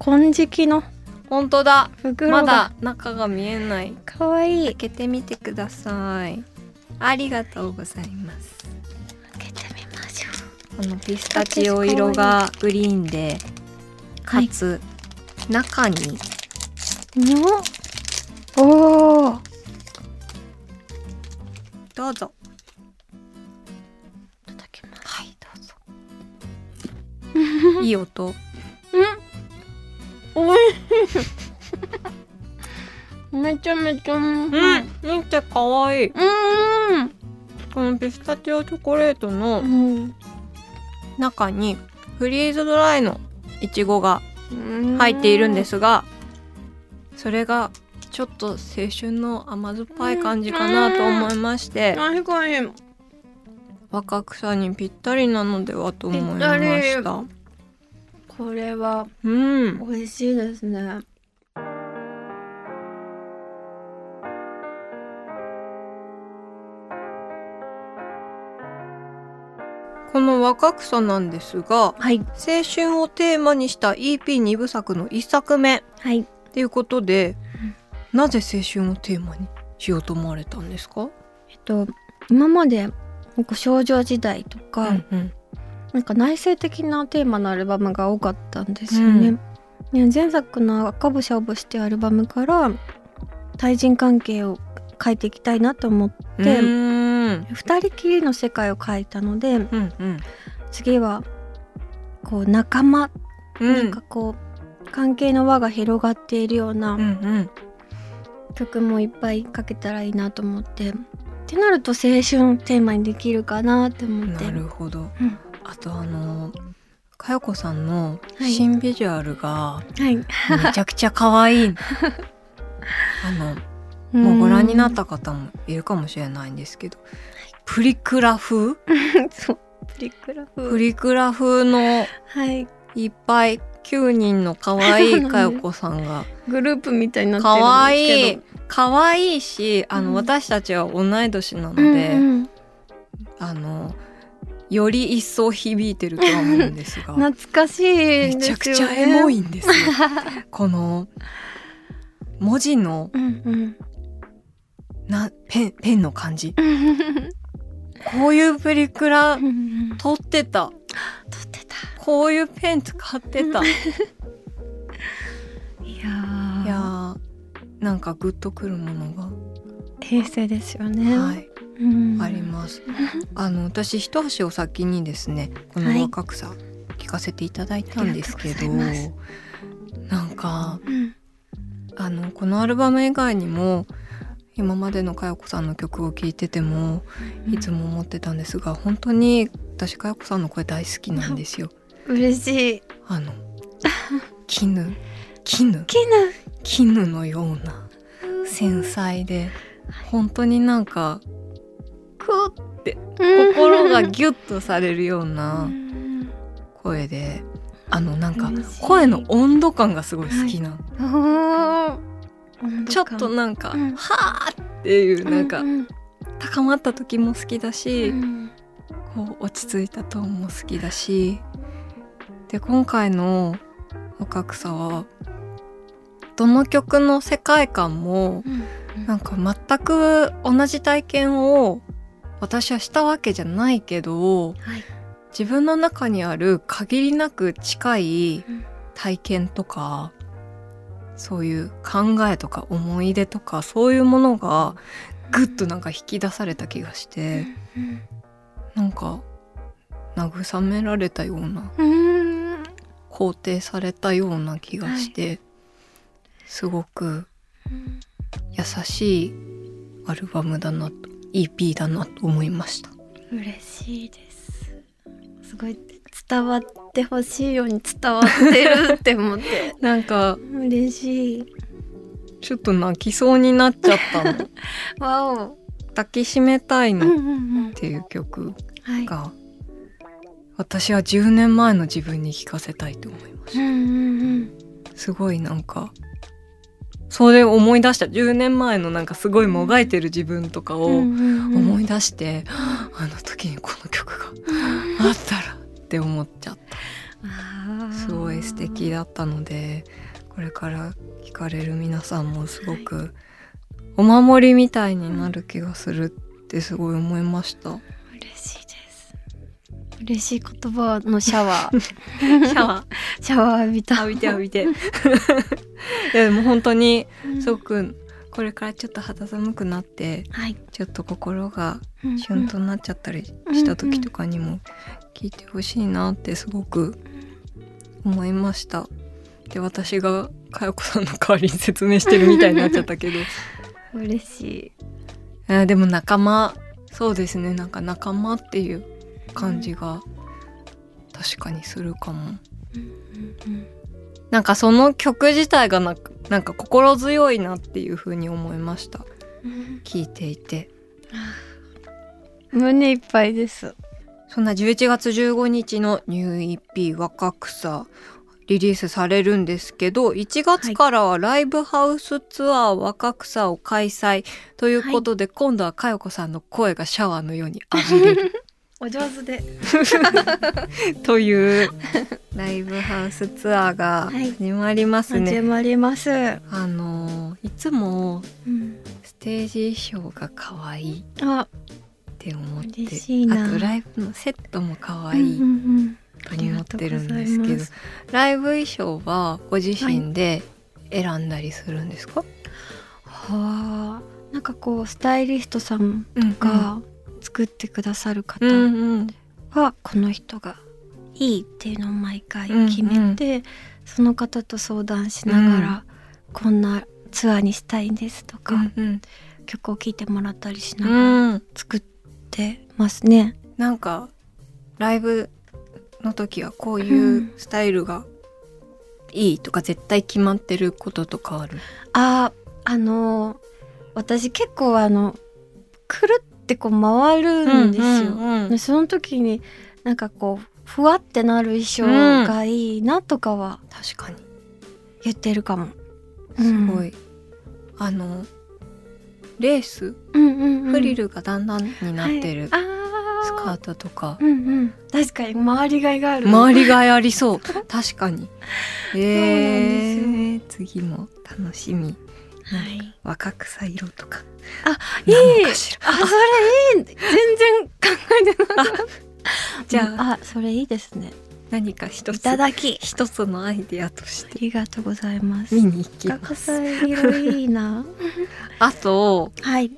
[SPEAKER 2] 金色の
[SPEAKER 1] 本当だ
[SPEAKER 2] 袋
[SPEAKER 1] ま
[SPEAKER 2] が
[SPEAKER 1] だ中が見えない
[SPEAKER 2] かわい
[SPEAKER 1] 開
[SPEAKER 2] い
[SPEAKER 1] けてみてくださいありがとうございます
[SPEAKER 2] 開けてみましょ
[SPEAKER 1] このピスタチオ色がグリーンで
[SPEAKER 2] う
[SPEAKER 1] かつ中に
[SPEAKER 2] のおお
[SPEAKER 1] どうぞ
[SPEAKER 2] いただきます
[SPEAKER 1] はいどうぞ
[SPEAKER 2] うん
[SPEAKER 1] いい音
[SPEAKER 2] おいしいめちゃめちゃうんうん
[SPEAKER 1] 見てかわいいこのピスタチオチョコレートの
[SPEAKER 2] うん
[SPEAKER 1] 中にフリーズドライのいちごが入っているんですがそれがちょっと青春の甘酸っぱい感じかなと思いまして
[SPEAKER 2] 確かに
[SPEAKER 1] 若草にぴったりなのではと思いま
[SPEAKER 2] ぴ
[SPEAKER 1] し
[SPEAKER 2] った
[SPEAKER 1] た
[SPEAKER 2] これは
[SPEAKER 1] うん
[SPEAKER 2] 美味しいですね
[SPEAKER 1] この若草なんですが
[SPEAKER 2] はい
[SPEAKER 1] 青春をテーマにした EP2 部作の1作目
[SPEAKER 2] はい
[SPEAKER 1] っていうことで、なぜ青春をテーマにしようと思われたんですか、
[SPEAKER 2] えっと今までなんか少女時代とか、
[SPEAKER 1] うん
[SPEAKER 2] なんか内省的なテーマのアルバムが多かったんですよね。ね前作の「赤星青星」っていうアルバムから対人関係を書いていきたいなと思って
[SPEAKER 1] うーん
[SPEAKER 2] 二人きりの世界を書いたので
[SPEAKER 1] うんうん
[SPEAKER 2] 次はこう仲間、
[SPEAKER 1] うん
[SPEAKER 2] なんかこう関係の輪が広がっているような
[SPEAKER 1] うんうん
[SPEAKER 2] 曲もいっぱい書けたらいいなと思って。ってなると青春をテーマにできるかなって思って
[SPEAKER 1] なるほど、
[SPEAKER 2] うん
[SPEAKER 1] あとあのかよこさんの
[SPEAKER 2] はい
[SPEAKER 1] 新ビジュアル が
[SPEAKER 2] はい、
[SPEAKER 1] めちゃくちゃ可愛い、 あのもうご覧になった方もいるかもしれないんですけど、プリクラ風
[SPEAKER 2] うん そうプリクラ風
[SPEAKER 1] プリクラ風の
[SPEAKER 2] はい
[SPEAKER 1] いっぱい9人の可愛
[SPEAKER 2] そう
[SPEAKER 1] い
[SPEAKER 2] なんです
[SPEAKER 1] かよこさんが
[SPEAKER 2] グループみたいになって
[SPEAKER 1] 可愛
[SPEAKER 2] る
[SPEAKER 1] い
[SPEAKER 2] んですけど
[SPEAKER 1] 可愛いしあの、
[SPEAKER 2] うん
[SPEAKER 1] 私たちは同い年なので、
[SPEAKER 2] うん
[SPEAKER 1] あのより一層響いてるとは思うんです
[SPEAKER 2] うん
[SPEAKER 1] が
[SPEAKER 2] 懐かしい
[SPEAKER 1] め
[SPEAKER 2] んです
[SPEAKER 1] ち
[SPEAKER 2] よ、ね、
[SPEAKER 1] ゃくちゃエモ
[SPEAKER 2] い、
[SPEAKER 1] いんですよ この文字の
[SPEAKER 2] うん
[SPEAKER 1] なペンペンの感 じ
[SPEAKER 2] うん、
[SPEAKER 1] こういうプリクラ
[SPEAKER 2] うん
[SPEAKER 1] 撮ってた
[SPEAKER 2] 撮ってた
[SPEAKER 1] こういうペン使ってた
[SPEAKER 2] う
[SPEAKER 1] い
[SPEAKER 2] いやー
[SPEAKER 1] やーなんかグッとくるものが、
[SPEAKER 2] 平成ですよね、
[SPEAKER 1] はい、
[SPEAKER 2] うん
[SPEAKER 1] あります。あの私一足を先にですねこ
[SPEAKER 2] はい
[SPEAKER 1] の若草聞かせていただいたんですけ
[SPEAKER 2] あり
[SPEAKER 1] ど、
[SPEAKER 2] がとうござい
[SPEAKER 1] なんか
[SPEAKER 2] うん
[SPEAKER 1] あのこのアルバム以外にも今までの佳代子さんの曲を聴いててもいつも思ってたんですが本当に私佳代子さんの声大好きなんですよ。
[SPEAKER 2] 嬉しい
[SPEAKER 1] あ の絹絹
[SPEAKER 2] きな
[SPEAKER 1] 絹のような繊細で本当になんかクッ
[SPEAKER 2] 心
[SPEAKER 1] 心が
[SPEAKER 2] がギ
[SPEAKER 1] ギュッとされるよう
[SPEAKER 2] ュ
[SPEAKER 1] な
[SPEAKER 2] ッ
[SPEAKER 1] 声であのなんか
[SPEAKER 2] 嬉しい
[SPEAKER 1] 声の温度感がすごい好きな、
[SPEAKER 2] ち
[SPEAKER 1] ち
[SPEAKER 2] ょ
[SPEAKER 1] ょ
[SPEAKER 2] っ
[SPEAKER 1] っと
[SPEAKER 2] と
[SPEAKER 1] なんか、
[SPEAKER 2] うん
[SPEAKER 1] はーっていう
[SPEAKER 2] な
[SPEAKER 1] なんん
[SPEAKER 2] か
[SPEAKER 1] か高まった時も好きだし、
[SPEAKER 2] う
[SPEAKER 1] こう落ち着いたトーンも好きだしで今回の「若草」はどの曲の世界観も
[SPEAKER 2] ん
[SPEAKER 1] なんか全く同じ体験を私はしたわけじゃないけど
[SPEAKER 2] はい
[SPEAKER 1] 自分の中にある限りなく近い
[SPEAKER 2] うん
[SPEAKER 1] 体験とかそういう考えとか思い出とかそういうものがぐっとなんか引き出された気がして。なんか慰められたような
[SPEAKER 2] うん
[SPEAKER 1] 肯定されたような気がして、すごく優しいアルバムだなと EP だなと思いました。
[SPEAKER 2] 嬉しいですすごい伝わってほしいように伝わってるって思って
[SPEAKER 1] なんか
[SPEAKER 2] 嬉しい
[SPEAKER 1] ちょっと泣きそうになっちゃった の。
[SPEAKER 2] わお
[SPEAKER 1] 抱きしめたいのっ
[SPEAKER 2] うん
[SPEAKER 1] ていう曲
[SPEAKER 2] はい
[SPEAKER 1] が私は10年前の自分に聴かせたいと思いまし
[SPEAKER 2] う
[SPEAKER 1] た。
[SPEAKER 2] んうんうん
[SPEAKER 1] すごいなんかそれを思い出した10年前のなんかすごいもがいてる自分とかを、思い出して、あの時にこの曲があったらって思っちゃったすごい素敵だったのでこれから聞かれる皆さんもすごくお守りみたいになる気がするってすごい思いました。
[SPEAKER 2] 嬉しいです嬉しい言葉のシャワー
[SPEAKER 1] シャワ
[SPEAKER 2] シャワー浴び
[SPEAKER 1] ー
[SPEAKER 2] た
[SPEAKER 1] 浴 びて浴びて。い やでも本当にすご
[SPEAKER 2] く
[SPEAKER 1] くこれからちょっと肌寒くなって
[SPEAKER 2] はい
[SPEAKER 1] ちょっと心が
[SPEAKER 2] うん
[SPEAKER 1] 旬となっちゃったりした時とかにも聞いてほしいなってすごく思いました。で私が佳代子さんの代わりに説明してるみたいになっちゃったけど
[SPEAKER 2] 嬉しい
[SPEAKER 1] えーでも仲間そうですねなんか仲間っていう感じが確かにするかも。なんかその曲自体がななんか心強いなっていう風に思いました聞いていて。
[SPEAKER 2] 胸いっぱいです
[SPEAKER 1] そんな11月15日のニュー EP 若草リリースされるんですけど1月からはライブハウスツアー若草を開催ということで、今度は佳代子さんの声がシャワーのように浴びれ る
[SPEAKER 2] お上手で
[SPEAKER 1] という ライブハウスツアーが始まりますね。
[SPEAKER 2] 始まります、
[SPEAKER 1] あのーいつも
[SPEAKER 2] うん
[SPEAKER 1] ステージ衣装が可愛いっ
[SPEAKER 2] あ
[SPEAKER 1] て思って
[SPEAKER 2] 嬉しいな
[SPEAKER 1] あとライブのセットも可愛い
[SPEAKER 2] うんうんうん
[SPEAKER 1] と思ってるんです
[SPEAKER 2] ありがとうござい
[SPEAKER 1] け
[SPEAKER 2] ま
[SPEAKER 1] ど
[SPEAKER 2] す
[SPEAKER 1] ライブ衣装はご自身で選んだりするんですか、
[SPEAKER 2] はあなんかこうスタイリストさん
[SPEAKER 1] うん
[SPEAKER 2] が作ってくださる方
[SPEAKER 1] うんうん
[SPEAKER 2] はこの人がいいっていうのを毎回決めて、その方と相談しながら、こんなツアーにしたいんですとか、
[SPEAKER 1] うん
[SPEAKER 2] 曲を聴いてもらったりしながら
[SPEAKER 1] うん、
[SPEAKER 2] 作ってますね。
[SPEAKER 1] なんかライブの時はこういうスタイルがいいとか絶対決まってることとかある、
[SPEAKER 2] ああのー私結構あのくるってこう回るんですよ。
[SPEAKER 1] うん
[SPEAKER 2] でその時になんかこうふわってなる衣装がいいなとかは
[SPEAKER 1] 確かに
[SPEAKER 2] 言ってるかも。
[SPEAKER 1] すごい、あのレース
[SPEAKER 2] うんうんうん
[SPEAKER 1] フリルがだんだんになってる
[SPEAKER 2] はい
[SPEAKER 1] スカ
[SPEAKER 2] あ
[SPEAKER 1] ートとか
[SPEAKER 2] ー、うんうん確かに周りがいがある
[SPEAKER 1] 周りがいありそう 確かにえ
[SPEAKER 2] そう
[SPEAKER 1] ー、次も楽しみ
[SPEAKER 2] はい
[SPEAKER 1] 若草色とか
[SPEAKER 2] あ
[SPEAKER 1] い
[SPEAKER 2] いい
[SPEAKER 1] い
[SPEAKER 2] あそれいい全然考え てなかった
[SPEAKER 1] じゃあ
[SPEAKER 2] あそれいいですね
[SPEAKER 1] 何か一
[SPEAKER 2] い
[SPEAKER 1] つ
[SPEAKER 2] ただき
[SPEAKER 1] 一つのアイデアとし
[SPEAKER 2] あ
[SPEAKER 1] て
[SPEAKER 2] りがとうございます
[SPEAKER 1] 見に行きま
[SPEAKER 2] 高
[SPEAKER 1] す
[SPEAKER 2] さ色いいな
[SPEAKER 1] あと
[SPEAKER 2] はい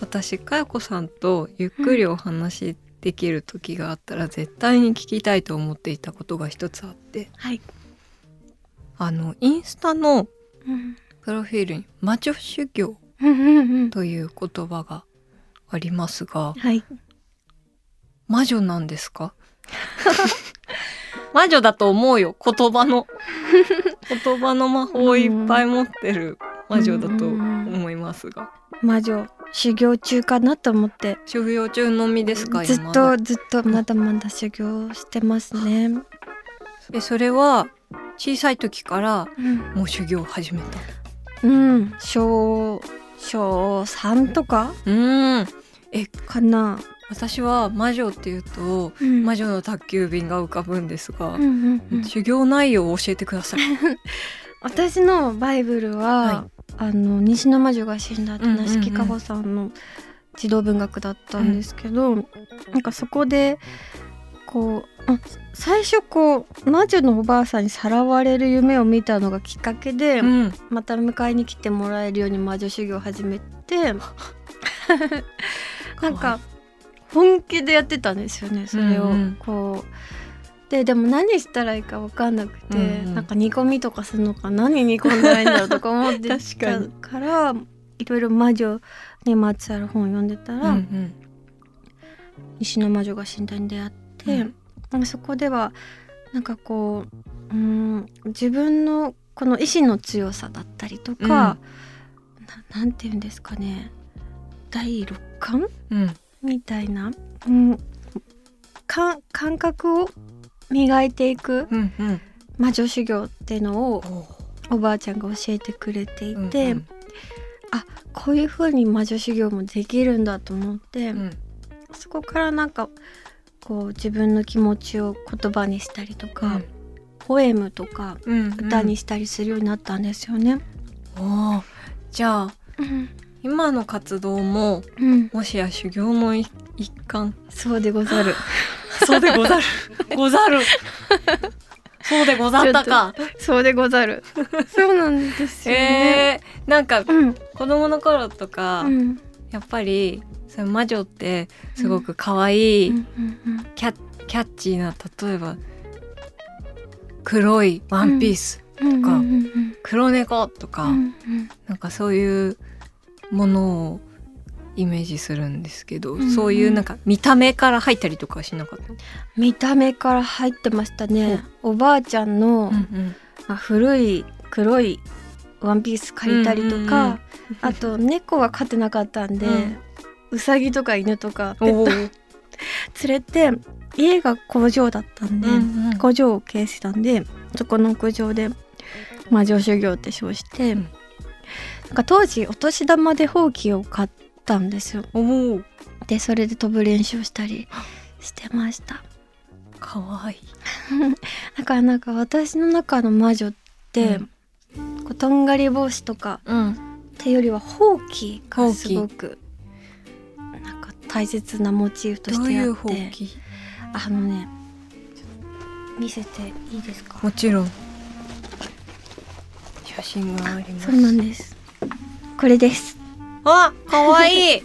[SPEAKER 1] 私佳代子さんとゆっくりお話できる時があったら絶対に聞きたいと思っていたことが一つあって
[SPEAKER 2] はい、
[SPEAKER 1] あのインスタの
[SPEAKER 2] うん、
[SPEAKER 1] プロフィールに「魔女修行
[SPEAKER 2] うんうんう」ん
[SPEAKER 1] という言葉がありますが
[SPEAKER 2] はい
[SPEAKER 1] 魔女なんです か 魔女だと思うよ言葉の言葉の魔法をいっぱい持ってる魔女だと
[SPEAKER 2] うんうんうん
[SPEAKER 1] 思いますが
[SPEAKER 2] 魔女修行中かなと思って
[SPEAKER 1] 修行中のみですか
[SPEAKER 2] ずっ
[SPEAKER 1] 今
[SPEAKER 2] と
[SPEAKER 1] が
[SPEAKER 2] ずっとまだまだ修行してますね、
[SPEAKER 1] えそれは小さい時から
[SPEAKER 2] うん
[SPEAKER 1] もう修行を始めた
[SPEAKER 2] うん、小小3とか
[SPEAKER 1] うん
[SPEAKER 2] かな、
[SPEAKER 1] 私は魔女っていうと
[SPEAKER 2] うん
[SPEAKER 1] 魔女の宅急便が浮かぶんですが
[SPEAKER 2] うん、うんうん
[SPEAKER 1] 修行内容を教えてください
[SPEAKER 2] 私のバイブルは、
[SPEAKER 1] は
[SPEAKER 2] あの西の魔女が死んだって
[SPEAKER 1] うんうんうん
[SPEAKER 2] 梨木かほさんの児童文学だったんですけど、なんかそこでこうあ最初こう魔女のおばあさんにさらわれる夢を見たのがきっかけで、
[SPEAKER 1] うん
[SPEAKER 2] また迎えに来てもらえるように魔女修行を始め てなん
[SPEAKER 1] かわ
[SPEAKER 2] か本気でやってたんですよねそれを、
[SPEAKER 1] うんうん
[SPEAKER 2] こうででも何したらいいか分かんなく
[SPEAKER 1] う
[SPEAKER 2] て、
[SPEAKER 1] んうん
[SPEAKER 2] なんか煮込みとかするのか何煮込んだらいいんだろうとか思って
[SPEAKER 1] 確かに
[SPEAKER 2] たからいろいろ魔女にまつわる本を読んでたら、
[SPEAKER 1] うん
[SPEAKER 2] 石の魔女が死んだに出会って、そこではなんかこううん自分のこの意志の強さだったりとか、
[SPEAKER 1] うん
[SPEAKER 2] ななんて言うんですかね第六感
[SPEAKER 1] うんうん
[SPEAKER 2] みたいな、うん、か感覚を磨いていく
[SPEAKER 1] うんうん
[SPEAKER 2] 魔女修行っていうのを
[SPEAKER 1] お
[SPEAKER 2] おばあちゃんが教えてくれてい
[SPEAKER 1] ー
[SPEAKER 2] て、こういう風に魔女修行もできるんだと思って。
[SPEAKER 1] うんうん
[SPEAKER 2] そこからなんかこう自分の気持ちを言葉にしたりとか、ポエムとか
[SPEAKER 1] うんうん
[SPEAKER 2] 歌にしたりするようになったんですよね。
[SPEAKER 1] おーじゃあ
[SPEAKER 2] うん、
[SPEAKER 1] 今の活動も
[SPEAKER 2] うん、
[SPEAKER 1] もしや修行の一一環
[SPEAKER 2] そうでござる。
[SPEAKER 1] そうでござるござるそうでござったか
[SPEAKER 2] そうでござる。そうなんですよ
[SPEAKER 1] え
[SPEAKER 2] ね。
[SPEAKER 1] ー、なんか
[SPEAKER 2] うん、
[SPEAKER 1] 子供の頃とか、
[SPEAKER 2] うん、
[SPEAKER 1] やっぱりその魔女ってすごく可愛い、
[SPEAKER 2] うん、うん、
[SPEAKER 1] キャキャッチーな例えば黒いワンピース、
[SPEAKER 2] うん、
[SPEAKER 1] か
[SPEAKER 2] うん、うん、
[SPEAKER 1] 黒猫とか、
[SPEAKER 2] うん、うん
[SPEAKER 1] なんかそういうものをイメージするんですけど、
[SPEAKER 2] んうん
[SPEAKER 1] そういうなんか見た目から入ったりとかはしなかった。
[SPEAKER 2] 見た目から入ってましたね。おばあちゃん
[SPEAKER 1] う
[SPEAKER 2] の、
[SPEAKER 1] ん
[SPEAKER 2] まあ、古い黒いワンピース借りたりとか、
[SPEAKER 1] うんうん
[SPEAKER 2] あと猫が飼ってなかったんで、
[SPEAKER 1] うん
[SPEAKER 2] うさぎとか犬とか
[SPEAKER 1] うん、おお、
[SPEAKER 2] 連れて家が工場だったんで、
[SPEAKER 1] うんうん
[SPEAKER 2] 工場を経営してたんでそこの屋上で魔女修行って称して、
[SPEAKER 1] うん
[SPEAKER 2] なんか当時お年玉でほうきを買ったんですよ
[SPEAKER 1] おお、
[SPEAKER 2] でそれで飛ぶ練習をしたりしてました
[SPEAKER 1] 可愛いい。
[SPEAKER 2] だからなんか私の中の魔女って、
[SPEAKER 1] う
[SPEAKER 2] こうとんがり帽子とか
[SPEAKER 1] うん、
[SPEAKER 2] っていうよりはほうき
[SPEAKER 1] ほ
[SPEAKER 2] が
[SPEAKER 1] うき
[SPEAKER 2] すごくなんか大切なモチーフと
[SPEAKER 1] ど
[SPEAKER 2] し
[SPEAKER 1] う
[SPEAKER 2] て
[SPEAKER 1] い
[SPEAKER 2] あ
[SPEAKER 1] う
[SPEAKER 2] っ
[SPEAKER 1] ほう
[SPEAKER 2] て
[SPEAKER 1] き？
[SPEAKER 2] あのねちょっと見せていいですか
[SPEAKER 1] もちろん。写真があります。
[SPEAKER 2] そうなんですこれです
[SPEAKER 1] あ、可 愛いい。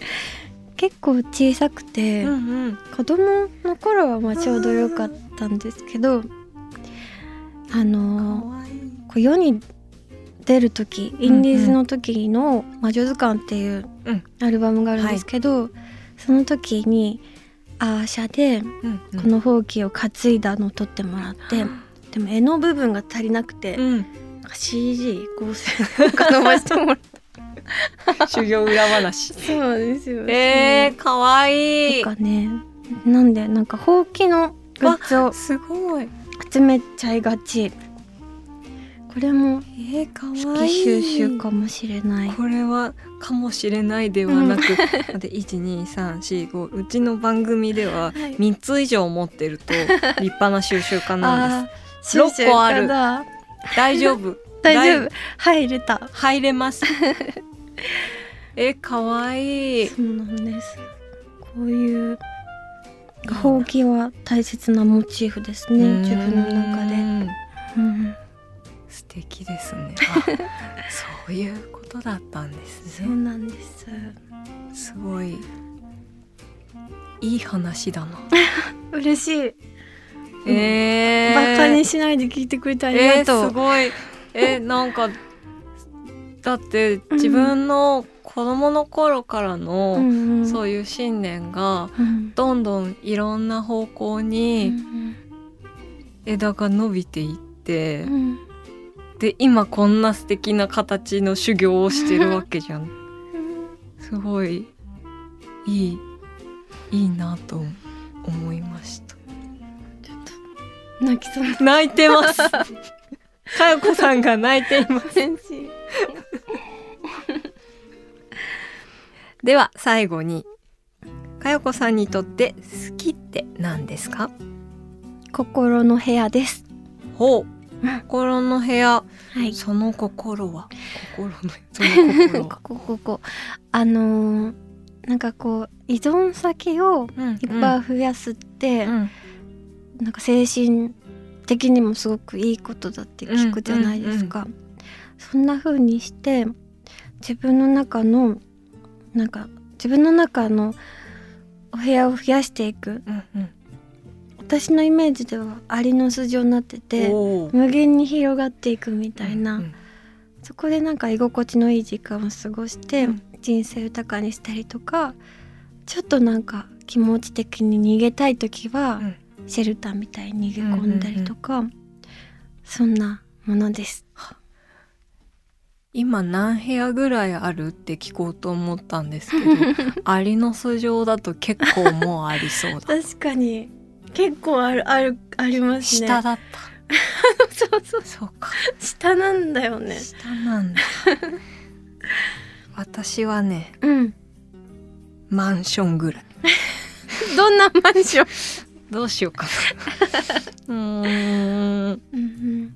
[SPEAKER 2] 結構小さくて、
[SPEAKER 1] うんうん。
[SPEAKER 2] 子供の頃はまあちょうど良かったんですけどあのー
[SPEAKER 1] 愛いい。
[SPEAKER 2] こう世に出る時インディーズの時の「魔女図鑑」っていう
[SPEAKER 1] うん
[SPEAKER 2] アルバムがあるんですけど、その時にアーシャで
[SPEAKER 1] うん、
[SPEAKER 2] このほうきを担いだのを撮ってもらって、でも絵の部分が足りなくて、
[SPEAKER 1] うん、
[SPEAKER 2] CG 合成とか伸ばしてもらっ
[SPEAKER 1] 修行裏話
[SPEAKER 2] た。そうなんですよ
[SPEAKER 1] えー、可愛いい
[SPEAKER 2] と。かねなんでなんかほうきのグッズを
[SPEAKER 1] すごい。
[SPEAKER 2] 集めちゃいがちこれも
[SPEAKER 1] えー、可
[SPEAKER 2] 好
[SPEAKER 1] 愛
[SPEAKER 2] き
[SPEAKER 1] い
[SPEAKER 2] 収集かもしれない
[SPEAKER 1] これはかもしれないではなく、で一二三四五うちの番組では
[SPEAKER 2] はい
[SPEAKER 1] 三つ以上持ってる と立派な収集家なんで
[SPEAKER 2] ー収集
[SPEAKER 1] 六個あ
[SPEAKER 2] 家
[SPEAKER 1] る
[SPEAKER 2] だ
[SPEAKER 1] す。大丈夫。
[SPEAKER 2] 大
[SPEAKER 1] 大
[SPEAKER 2] 丈夫入れた
[SPEAKER 1] 入れ ます。えー、可愛いい。
[SPEAKER 2] そうなんですこういうほうきは大切なモチーフですね自分の中で、
[SPEAKER 1] で。
[SPEAKER 2] うん、
[SPEAKER 1] 素敵です ね。あそういうことだったんです
[SPEAKER 2] そう
[SPEAKER 1] ね。
[SPEAKER 2] なんです
[SPEAKER 1] すごい。いい話だな。
[SPEAKER 2] 嬉しい
[SPEAKER 1] え
[SPEAKER 2] バカにしないで聞いてくれてありがと
[SPEAKER 1] えー
[SPEAKER 2] う
[SPEAKER 1] す、ごい。えーなんか。だって、自分の子供の頃からの、
[SPEAKER 2] うんうん
[SPEAKER 1] そういう信念が。
[SPEAKER 2] うん
[SPEAKER 1] どんどんいろんな方向
[SPEAKER 2] う
[SPEAKER 1] に
[SPEAKER 2] ん
[SPEAKER 1] 枝が伸びていって、
[SPEAKER 2] うん
[SPEAKER 1] で今こんな素敵な形の修行をしてるわけじゃんすごいいいいいなと思いました
[SPEAKER 2] ちょっと泣きそうな
[SPEAKER 1] 泣いてますかよこさんが泣いています
[SPEAKER 2] 感じ
[SPEAKER 1] では最後にかよこさんにとって好きって何ですか
[SPEAKER 2] 心の部屋です
[SPEAKER 1] ほう心の部屋
[SPEAKER 2] はい
[SPEAKER 1] その心は心のその心
[SPEAKER 2] こ
[SPEAKER 1] は
[SPEAKER 2] こここあのーなんかこう依存先を
[SPEAKER 1] うん
[SPEAKER 2] いっぱい増やすって、
[SPEAKER 1] うん
[SPEAKER 2] なんか精神的にもすごくいいことだって聞くじゃないですか、そんな風にして自分の中のなんか自分の中のお部屋を増やしていく
[SPEAKER 1] うんうん
[SPEAKER 2] 私のイメージではアリの巣状になってて
[SPEAKER 1] おー
[SPEAKER 2] 無限に広がっていくみたいな、
[SPEAKER 1] うん
[SPEAKER 2] そこでなんか居心地のいい時間を過ごして
[SPEAKER 1] うん
[SPEAKER 2] 人生豊かにしたりとかちょっとなんか気持ち的に逃げたい時は
[SPEAKER 1] うん
[SPEAKER 2] シェルターみたいに逃げ込んだりとか、そんなものです。
[SPEAKER 1] 今何部屋ぐらいあるって聞こうと思ったんですけ どアリの素性だと結構もうありそうだ
[SPEAKER 2] 確かに結構あるあるありま
[SPEAKER 1] 下だっ
[SPEAKER 2] そうそう
[SPEAKER 1] た そうか
[SPEAKER 2] 下なんだよね。
[SPEAKER 1] 下なん だ私はね
[SPEAKER 2] うん。
[SPEAKER 1] マンションぐらい
[SPEAKER 2] どんなマンション？
[SPEAKER 1] どうしようか なうーん
[SPEAKER 2] うん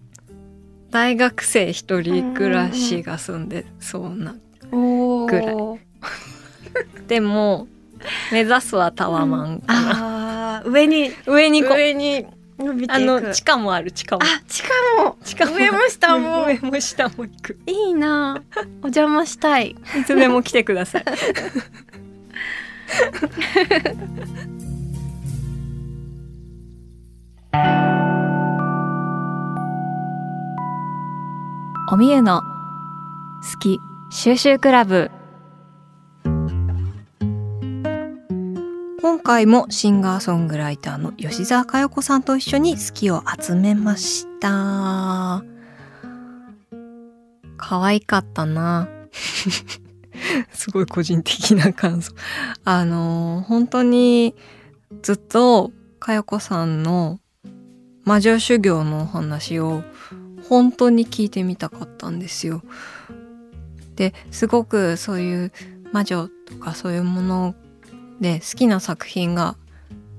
[SPEAKER 1] 大学生一人暮らしが住んでそうな
[SPEAKER 2] うん、おお。
[SPEAKER 1] ぐらいでも目指すはタワマンかな、
[SPEAKER 2] ああ上に
[SPEAKER 1] 上にこう
[SPEAKER 2] 上に伸びていく。
[SPEAKER 1] あの地下もある地下も
[SPEAKER 2] あ、地下も
[SPEAKER 1] 地下も
[SPEAKER 2] 上も下 も
[SPEAKER 1] 上も下も行く
[SPEAKER 2] いいなあ。お邪魔したい。
[SPEAKER 1] いつでも来てください。
[SPEAKER 4] おみゆの好き収集クラブ
[SPEAKER 1] 今回もシンガーソングライターの吉澤佳代子さんと一緒に好きを集めました。可愛かったな。 すごい個人的な感想。あのー本当にずっと佳代子さんの魔女修行のお話を本当に聞いてみたかったんですよ。で、すごくそういう魔女とかそういうものをで好きな作品が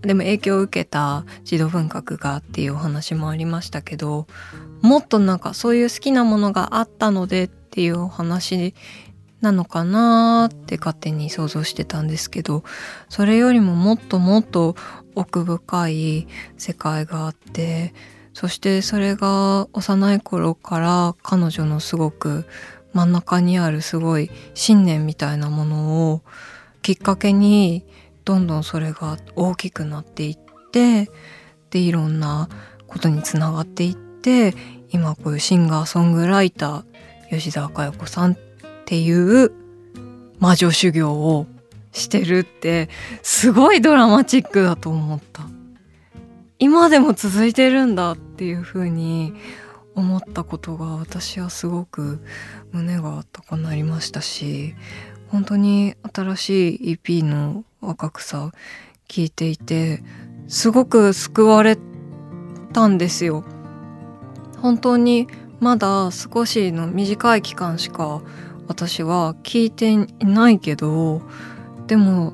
[SPEAKER 1] でも影響を受けた児童文学がっていうお話もありましたけどもっとなんかそういう好きなものがあったのでっていうお話なのかなーって勝手に想像してたんですけどそれよりももっともっと奥深い世界があってそしてそれが幼い頃から彼女のすごく真ん中にあるすごい信念みたいなものをきっかけにどんどんそれが大きくなっていってでいろんなことにつながっていって今こういうシンガーソングライター吉澤佳代子さんっていう魔女修行をしてるってすごいドラマチックだと思った今でも続いてるんだっていうふうに思ったことが私はすごく胸が高鳴りましたし本当に新しい EP の若草聞いていてすごく救われたんですよ本当にまだ少しの短い期間しか私は聞いていないけどでも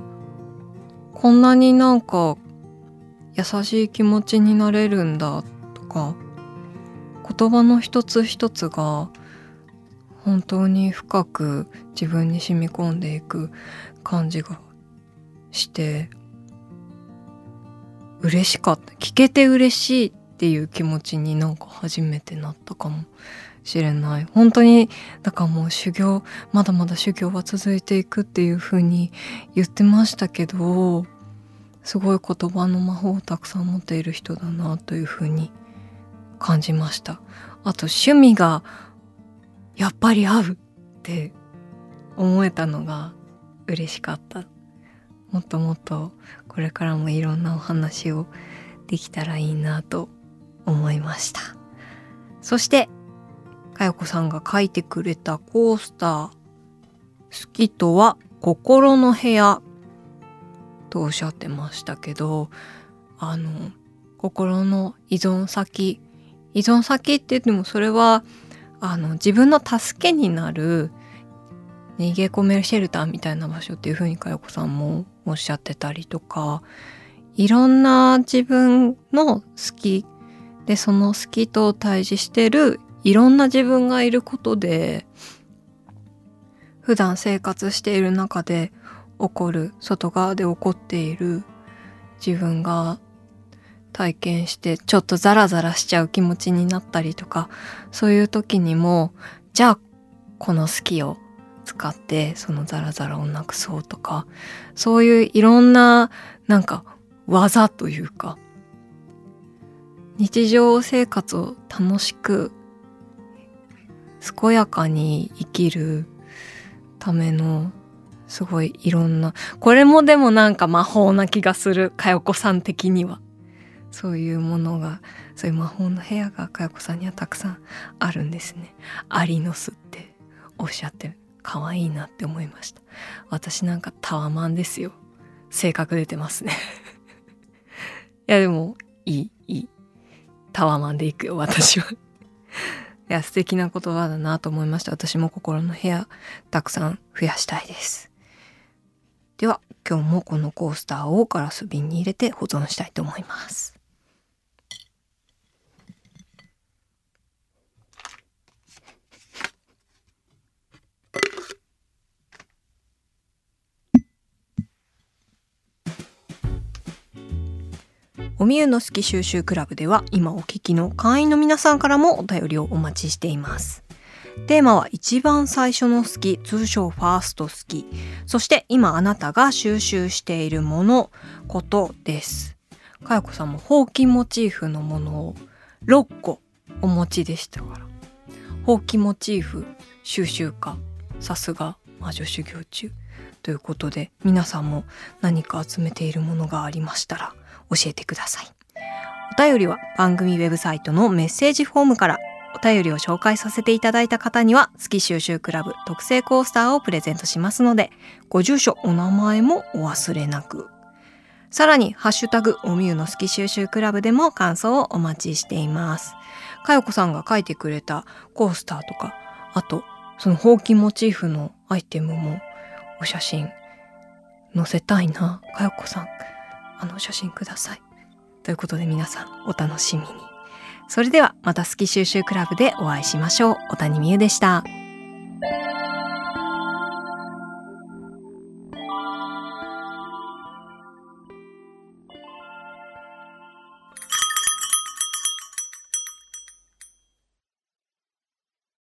[SPEAKER 1] こんなになんか優しい気持ちになれるんだとか言葉の一つ一つが本当に深く自分に染み込んでいく感じがして嬉しかった聞けて嬉しいっていう気持ちになんか初めてなったかもしれない本当にだからもう修行まだまだ修行は続いていくっていう風に言ってましたけどすごい言葉の魔法をたくさん持っている人だなという風に感じましたあと趣味がやっぱり合うって思えたのが嬉しかったもっともっとこれからもいろんなお話をできたらいいなと思いましたそして佳かよこさんが書いてくれたコースター、好きとは心の部屋とおっしゃってましたけど、あの、心の依存先、依存先って言ってもそれは、あの、自分の助けになる逃げ込めるシェルターみたいな場所っていうふうにかよこさんもおっしゃってたりとか、いろんな自分の好きでその好きと対峙してるいろんな自分がいることで普段生活している中で起こる外側で起こっている自分が体験してちょっとザラザラしちゃう気持ちになったりとかそういう時にもじゃあこの好きを使ってそのザラザラをなくそうとかそういういろんななんか技というか日常生活を楽しく健やかに生きるためのすごいいろんなこれもでもなんか魔法な気がするかよこさん的にはそういうものがそういう魔法の部屋がかよこさんにはたくさんあるんですねアリノスっておっしゃって可愛いなって思いました私なんかタワマンですよ性格出てますね いやでもいいいいタワマンで行くよ私はいや素敵な言葉だなと思いました私も心の部屋たくさん増やしたいですでは今日もこのコースターをガラス瓶に入れて保存したいと思いますおみゆの好き収集クラブでは今お聞きの会員の皆さんからもお便りをお待ちしていますテーマは一番最初の好き通称ファースト好きそして今あなたが収集しているものことですかやこさんもほうきモチーフのものを6個お持ちでしたからほうきモチーフ収集家さすが魔女修行中ということで皆さんも何か集めているものがありましたら教えてください。お便りは番組ウェブサイトのメッセージフォームからお便りを紹介させていただいた方には月収集クラブ特製コースターをプレゼントしますのでご住所お名前もお忘れなくさらにハッシュタグおみゆの月収集クラブでも感想をお待ちしていますかよこさんが書いてくれたコースターとかあとそのほうきモチーフのアイテムもお写真載せたいなかよこさんあの写真ください。ということで皆さんお楽しみに。それではまたスキ収集クラブでお会いしましょう。小谷美優でした。